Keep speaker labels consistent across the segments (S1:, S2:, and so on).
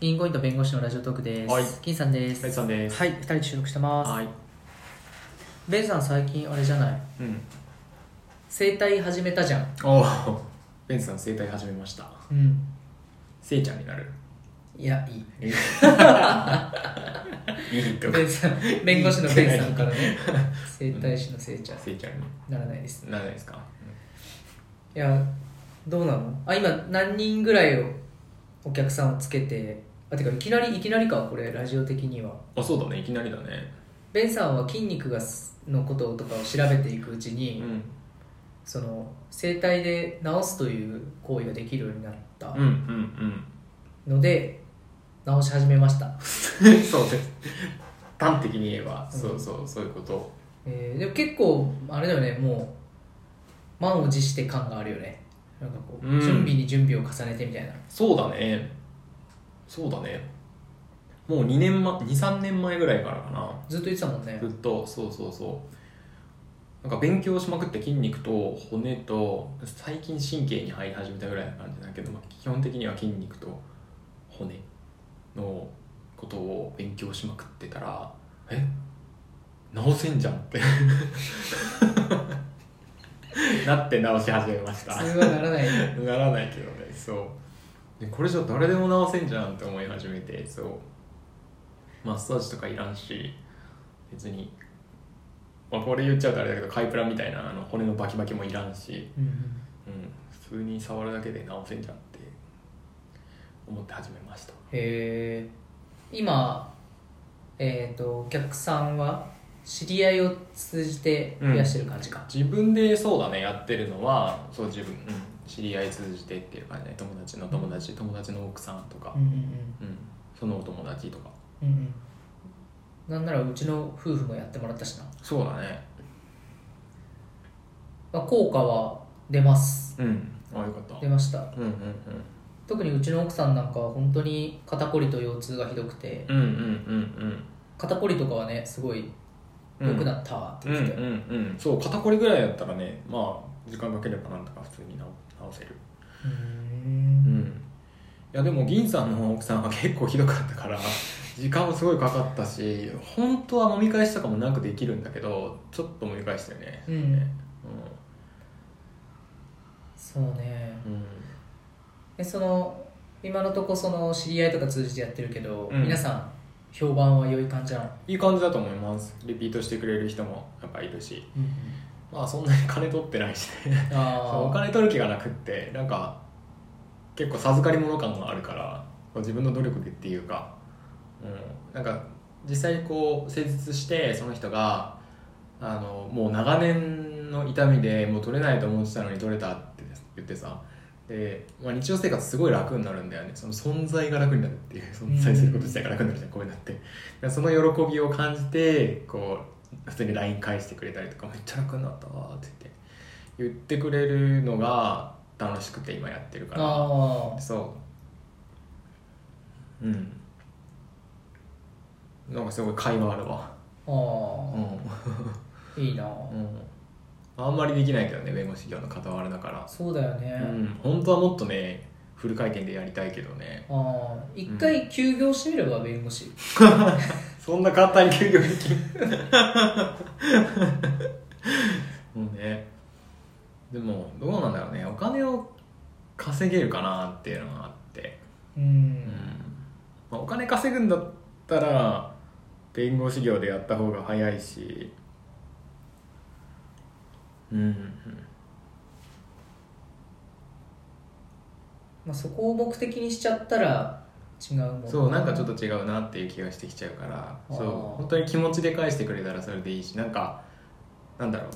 S1: 銀行員と弁護士のラジオトークです、
S2: はい
S1: 金さんです
S2: ペイさんです
S1: はい2人で収録してます、
S2: はい
S1: ベンさん最近あれじゃない
S2: うん
S1: 整体始めたじゃん
S2: おお ベンさん整体始めました
S1: うん
S2: せいちゃんになる
S1: いやいい
S2: えいいとか
S1: ベンさん弁護士のベンさんからね 整体師のせいちゃん
S2: せいちゃんに
S1: ならないです
S2: ならないですか、
S1: いやどうなのあ今何人ぐらいをお客さんをつけてあてかいきなりいきなりかこれラジオ的には
S2: あそうだねいきなりだね
S1: ベンさんは筋肉がすのこととかを調べていくうち
S2: う
S1: に、
S2: ん
S1: その整体で治すという行為ができるようになった
S2: うんうん
S1: ので、治し始めました、
S2: うんそうです端的に言えば、そうそうそういうこと
S1: えーでも結構あれだよねもう満を持して感があるよねなんかこう、
S2: うん
S1: 準備に準備を重ねてみたいな
S2: そうだねそうだねもう2年前23年前ぐらいからかな
S1: ずっと言ってたもんね
S2: ずっとそうそうそうなんか勉強しまくって筋肉と骨と最近神経に入り始めたぐらいな感じだけど、まあ、基本的には筋肉と骨のことを勉強しまくってたらえ直せんじゃんって なって直し始めました
S1: 普通はならないね
S2: ならないけどねそうでこれじゃ誰でも直せんじゃんって思い始めてそうマッサージとかいらんし別に、まあ、これ言っちゃうとあれだけどカイプラみたいなあの骨のバキバキもいらんし、
S1: うんうん
S2: うん、普通に触るだけで直せんじゃんって思って始めました
S1: へえ今えっ、とお客さんは知り合いを通じて増やしてる感じか、
S2: 自分でそうだねやってるのはそう自分、うん、知り合い通じてっていう感じで友達の友達友達の奥さんとか
S1: う、んうん
S2: うん、そのお友達とか
S1: うんうんなんならうちの夫婦もやってもらったしな、
S2: そうだね
S1: まあ、効果は出ます
S2: うんあよかった
S1: 出ました
S2: うんうん
S1: 特にうちの奥さんなんかは本当に肩こりと腰痛がひどくて
S2: うんうんうん
S1: 肩こりとかはねすごい
S2: うんうん
S1: 良くなったわって
S2: うんう
S1: 言っ
S2: ん
S1: てたよ、
S2: うんうんそう肩こりぐらいだったらねまあ時間かければなんとか普通に直直せる
S1: うー
S2: うん
S1: ん
S2: いやでも銀さんの奥さんは結構ひどかったから時間もすごいかかったし本当は飲み返しとかもなくできるんだけどちょっと飲み返したよね
S1: うん、そうね
S2: うんうん
S1: でその今のとこその知り合いとか通じてやってるけど、
S2: うん
S1: 皆さん評判は良い感じなの、
S2: いい感じだと思いますリピートしてくれる人もやっぱいるしまあそんなに金取ってないしねそうお
S1: ああ
S2: 金取る気がなくってなんか結構授かり物感があるからこう自分の努力でっていうか、うん、なんか実際にこう施術してその人があのもう長年の痛みでもう取れないと思ってたのに取れたって言ってさで、まあ、日常生活すごい楽になるんだよねその存在が楽になるっていう存在すること自体が楽になるじゃんこういうのってだからその喜びを感じてこう普通に LINE 返してくれたりとかめっちゃ楽になったわーって言って言ってくれるのが楽しくて今やってるから
S1: あ
S2: そううんなんかすごい会話あるわ
S1: ーあ
S2: う
S1: ー、
S2: ん、
S1: いいな、
S2: うん、あんまりできないけどね弁護士業の傍らだから
S1: そうだよね、
S2: うん本当はもっとねフル回転でやりたいけどね
S1: ああ一回休業してみれば弁護士、
S2: そんな簡単に休業できん もうねでもどうなんだろうねお金を稼げるかなっていうのがあって
S1: うん
S2: まあ、お金稼ぐんだったら弁護士業でやった方が早いしうん
S1: まあ、そこを目的にしちゃったら違うもん
S2: そうなんかちょっと違うなっていう気がしてきちゃうから
S1: あー
S2: そう本当に気持ちで返してくれたらそれでいいしなんかなんだろう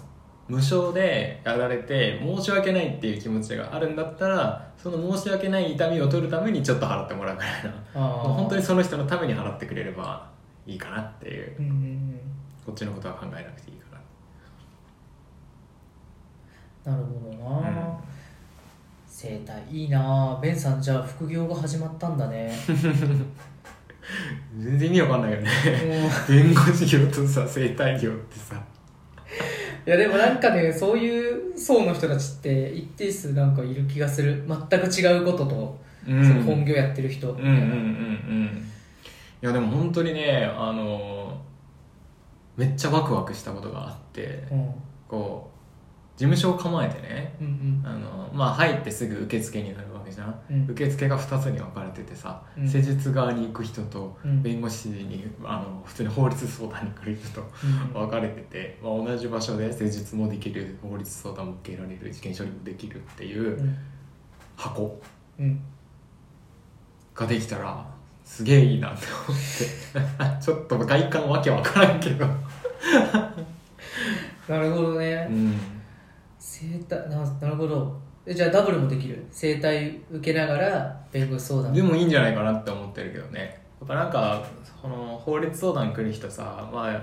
S2: 無償でやられて申し訳ないっていう気持ちがあるんだったらその申し訳ない痛みを取るためにちょっと払ってもらうぐらいな
S1: あ
S2: もう本当に
S1: そ
S2: その人のために払ってくれればいいかなっていう
S1: うんうんうん
S2: こっちのことは考えなくていいかな
S1: なるほどな、
S2: うん
S1: 整体いいなベンさんじゃあ副業が始まったんだ ね
S2: 全然意味わかんないよ ね
S1: もう
S2: 弁護士業とさ整体業ってさ
S1: いやでもなんかねそういう層の人たちって一定数なんかいる気がする全く違うことと
S2: うん
S1: その本業やってる人、
S2: うんうんうんうんいやでも本当にねあのめっちゃワクワクしたことがあって
S1: うん
S2: こう事務所を構えてね
S1: うんうん
S2: あの、まあ、入ってすぐ受付になるわけじゃん、
S1: うん
S2: 受付が2つに分かれててさ、
S1: うん
S2: 施術側に行く人と
S1: うん
S2: 弁護士にあの普通に法律相談に来る人と
S1: うん
S2: 分かれてて、まあ、同じ場所で施術もできる法律相談も受けられる事件処理もできるっていう箱
S1: うん
S2: ができたらすげえいいなって思って ちょっと外観わけわからんけど、
S1: なるほどね
S2: うん、
S1: 生体ななるほどえじゃあダブルもできる生体受けながら弁護士相談
S2: でもいいんじゃないかなって思ってるけどねやっぱなんかその法律相談来る人さまあ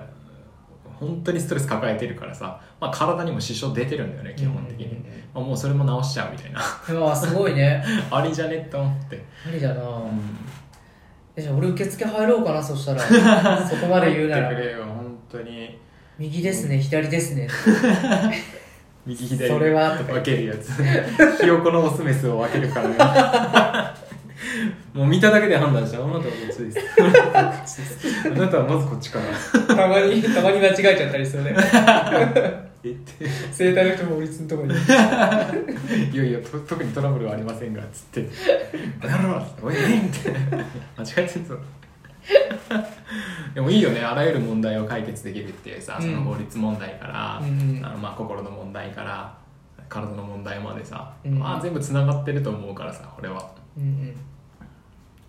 S2: 本当にストレス抱えてるからさ、まあ、体にも支障出てるんだよね基本的に、
S1: うんうんうん
S2: まあ、もうそれも直しちゃうみたいな
S1: うわすごいね
S2: ありじゃねって思って、
S1: 無理だな、
S2: うん、
S1: えじゃあ俺受付入ろうかなそした らそこまで言うな
S2: 入
S1: ら
S2: ってくれよ本当に
S1: 右ですね左ですね
S2: 右左
S1: それはとか
S2: 分けるやつひよこのオスメスを分けるからねもう見ただけで判断しちゃうあなたはこっちですあなたはまずこっちから
S1: たまに たまに間違えちゃったりするね
S2: えって
S1: 生体の人法律のとこに
S2: いやいやと特にトラブルはありませんがつって「なるほどおいえい!」みたいな間違えてんぞでもいいよねあらゆる問題を解決できるっていうさその法律問題から、
S1: うんうん
S2: あのまあ心の問題から体の問題までさ、
S1: うん
S2: まあ全部つながってると思うからさこれは
S1: うんうん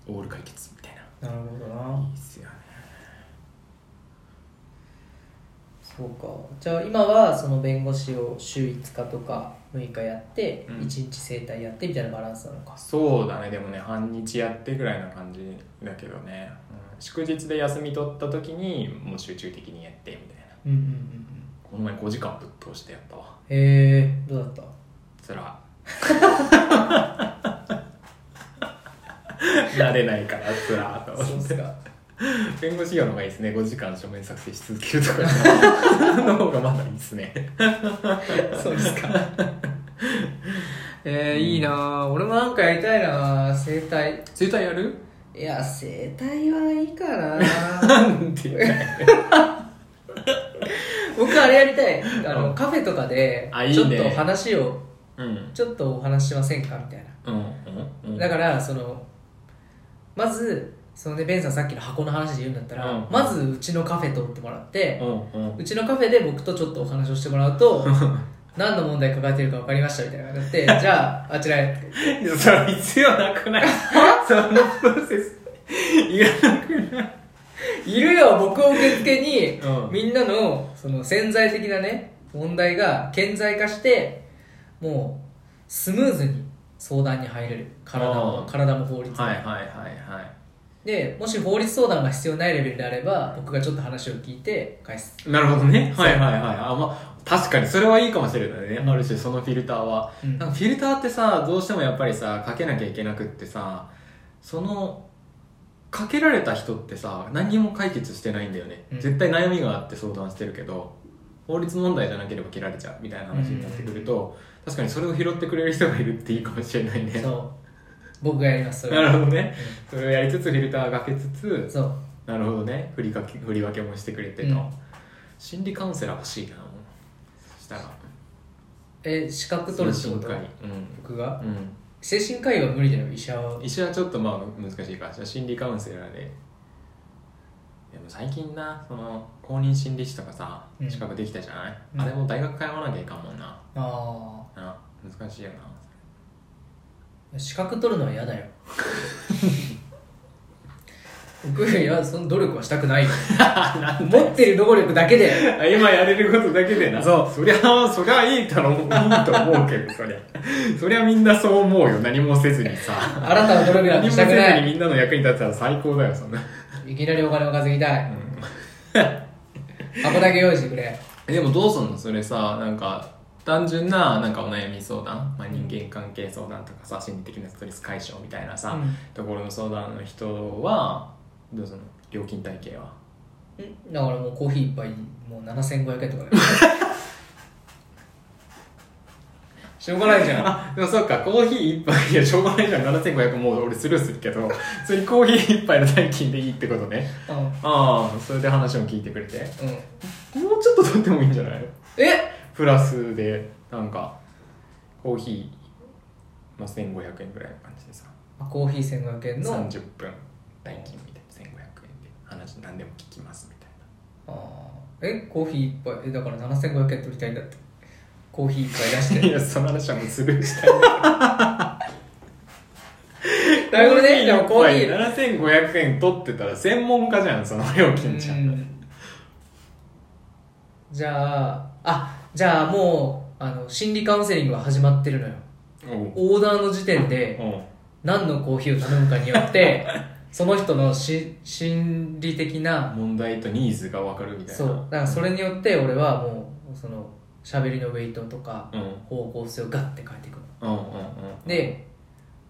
S2: オール解決みたいな
S1: なるほどない
S2: いっすよね
S1: そうかじゃあ今はその弁護士を週5日とか6日やって、
S2: うん
S1: 1日生体やってみたいなバランスなのか
S2: そうだねでもね半日やってぐらいな感じだけどね、うん祝日で休み取った時にもう集中的にやってみたいな
S1: うんうんうんうん
S2: この前5時間ぶっ通してやったわ
S1: へえどうだった
S2: つら慣れないからつらと思って
S1: か
S2: 弁護士業の方がいいですね5時間書面作成し続けるとかの方がまだいいですね
S1: そうですか えー、いいなあ俺もなんかやりたいなあ生体
S2: ツイッターやる
S1: いや生体はいいかな
S2: なんて言う か
S1: 僕あれやりたいあの、
S2: うん
S1: カフェとかで
S2: あい
S1: ち
S2: い
S1: ょっ
S2: ね
S1: と話を
S2: うん
S1: ちょっとお話ししませんかみたいな
S2: うんうん
S1: だからそのまずそのねベンさんさっきの箱の話で言うんだったら、
S2: うん
S1: まずうちのカフェ通ってもらって
S2: う、んうん
S1: うちのカフェで僕とちょっとお話をしてもらう と何の問題抱えてるか分かりましたみたいな感じでじゃああちらへ
S2: いやそれ必要なくないそのプロセスいらなくない
S1: いるよ僕を受付に、
S2: うん
S1: みんなのその潜在的なね問題が顕在化してもうスムーズに相談に入れる体
S2: う
S1: も
S2: ん
S1: 体も法律も、
S2: はいはいはいはい
S1: でもし法律相談が必要ないレベルであれば僕がちょっと話を聞いて返す
S2: なるほどね。はいはいはい。あ、まあ、確かにそれはいいかもしれないね。
S1: うん
S2: ある種そのフィルターは。
S1: うん
S2: なんかフィルターってさ、どうしてもやっぱりさ、かけなきゃいけなくってさ、その、かけられた人ってさ、何にも解決してないんだよね。
S1: うん
S2: 絶対悩みがあって相談してるけど、法律問題じゃなければ切られちゃうみたいな話になってくると、確かにそれを拾ってくれる人がいるっていいかもしれないね。
S1: そう僕がやります それ
S2: なる
S1: は
S2: ほどね。それをやりつつ、フィルターをかけつつ、
S1: そう
S2: なるほどね振りかけ振り分けもしてくれてと、
S1: うん
S2: 心理カウンセラー欲しいなそしたら
S1: え資格取るってこと
S2: 精神科医
S1: 僕が
S2: うん、
S1: 精神科医は無理だよ医者は
S2: うん、医者はちょっとまあ難しいからじゃあ心理カウンセラーででも最近なその公認心理師とかさ
S1: うん
S2: 資格できたじゃない、
S1: うん
S2: あれも大学通わなきゃいかんもんな
S1: あ
S2: な難しいよな
S1: あ資格取るのは嫌だよ僕いやその努力はしたくないよ持ってる能力だけで
S2: あ今やれることだけでなそうそりゃそりゃいいだろういいと思うけどそりゃそりゃみんなそう思うよ何もせずにさ
S1: あなたの努力なん
S2: 何
S1: て
S2: も
S1: した
S2: せ
S1: く
S2: ず
S1: な
S2: に
S1: い
S2: みんなの役に立ったら最高だよそんない
S1: きなりお金を稼ぎたい、箱だけ用意してくれ
S2: えでもどうすんのそれさなんか単純ななんかお悩み相談、まあ、人間関係相談とかさ心理的なストレス解消みたいなさ、
S1: うん
S2: ところの相談の人はどうすんの料金体系は
S1: んだからもうコーヒー一杯もう7500円とかだよ一しょうがないじゃん
S2: あでもそっかコーヒー1杯いやしょうがないじゃん7500もう俺スルーするけど普通にコーヒー1杯の代金でいいってことね
S1: うん、うん、
S2: ああそれで話も聞いてくれてもうちょっと取ってもいいんじゃない
S1: え
S2: プラスでなんかコーヒー、まあ、1500円ぐらいの感じでさ
S1: コーヒー1500円の
S2: 30分代金みたいな1500円で話何でも聞きますみたいな
S1: あーえコーヒー1杯えだから7500円取りたいんだってコーヒー1杯出し
S2: い
S1: て
S2: やその話はもうスルーしたいんだけ
S1: なるほどねでもコーヒー
S2: 7500円取ってたら専門家じゃんその料金ちゃん
S1: うんじゃああじゃあもうあの心理カウンセリングは始まってるのよ
S2: おう
S1: オーダーの時点で
S2: おう
S1: 何のコーヒーを頼むかによって その人のし心理的な
S2: 問題とニーズが分かるみたいな
S1: そうだからそれによって俺はもうその喋りのウェイトとか
S2: うんうん
S1: 方向性をガッて変えていくの
S2: うんうん
S1: で、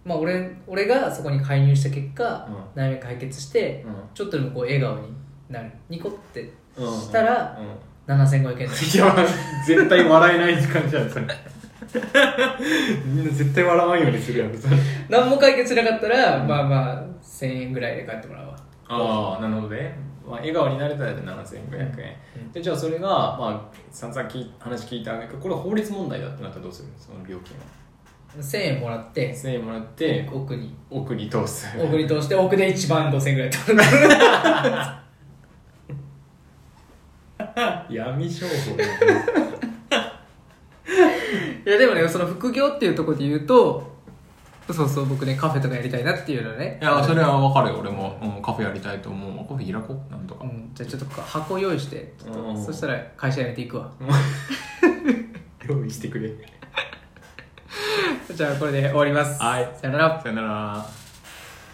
S1: まあ、俺俺がそこに介入した結果、悩み解決して
S2: う
S1: ちょっとでもこう笑顔になるニコって
S2: んうん
S1: したら
S2: うん
S1: 7500円
S2: いや、絶対笑えないって感じだよ、それ。みんな絶対笑わんようにするやん、それ。
S1: 何も解決しなかったら、
S2: うん
S1: まあまあ1000円ぐらいで帰ってもらうわ
S2: ああ、なるほどね。まあ、笑顔になれたら7500円。
S1: うん
S2: で、じゃあそれが、まあ、散々聞い話聞いたあげく、これ法律問題だってなったらどうするその料金は。
S1: 1000円もらって
S2: 1000円もらって、
S1: 奥に
S2: 奥に通す。
S1: 奥に通して奥で1万5000円ぐらい取る
S2: 闇商法
S1: いやでもねその副業っていうところで言うとそうそう僕ねカフェとかやりたいなっていうのはね
S2: いや、それはわかるよ、俺も。うん、カフェやりたいと思う。カフェ開こう、なんとか
S1: う。ん、じゃあちょっと箱用意してちょっと
S2: うん
S1: そしたら会社辞めていくわ
S2: 用意してくれ。
S1: じゃあこれで終わります
S2: はい
S1: さよなら
S2: さよなら。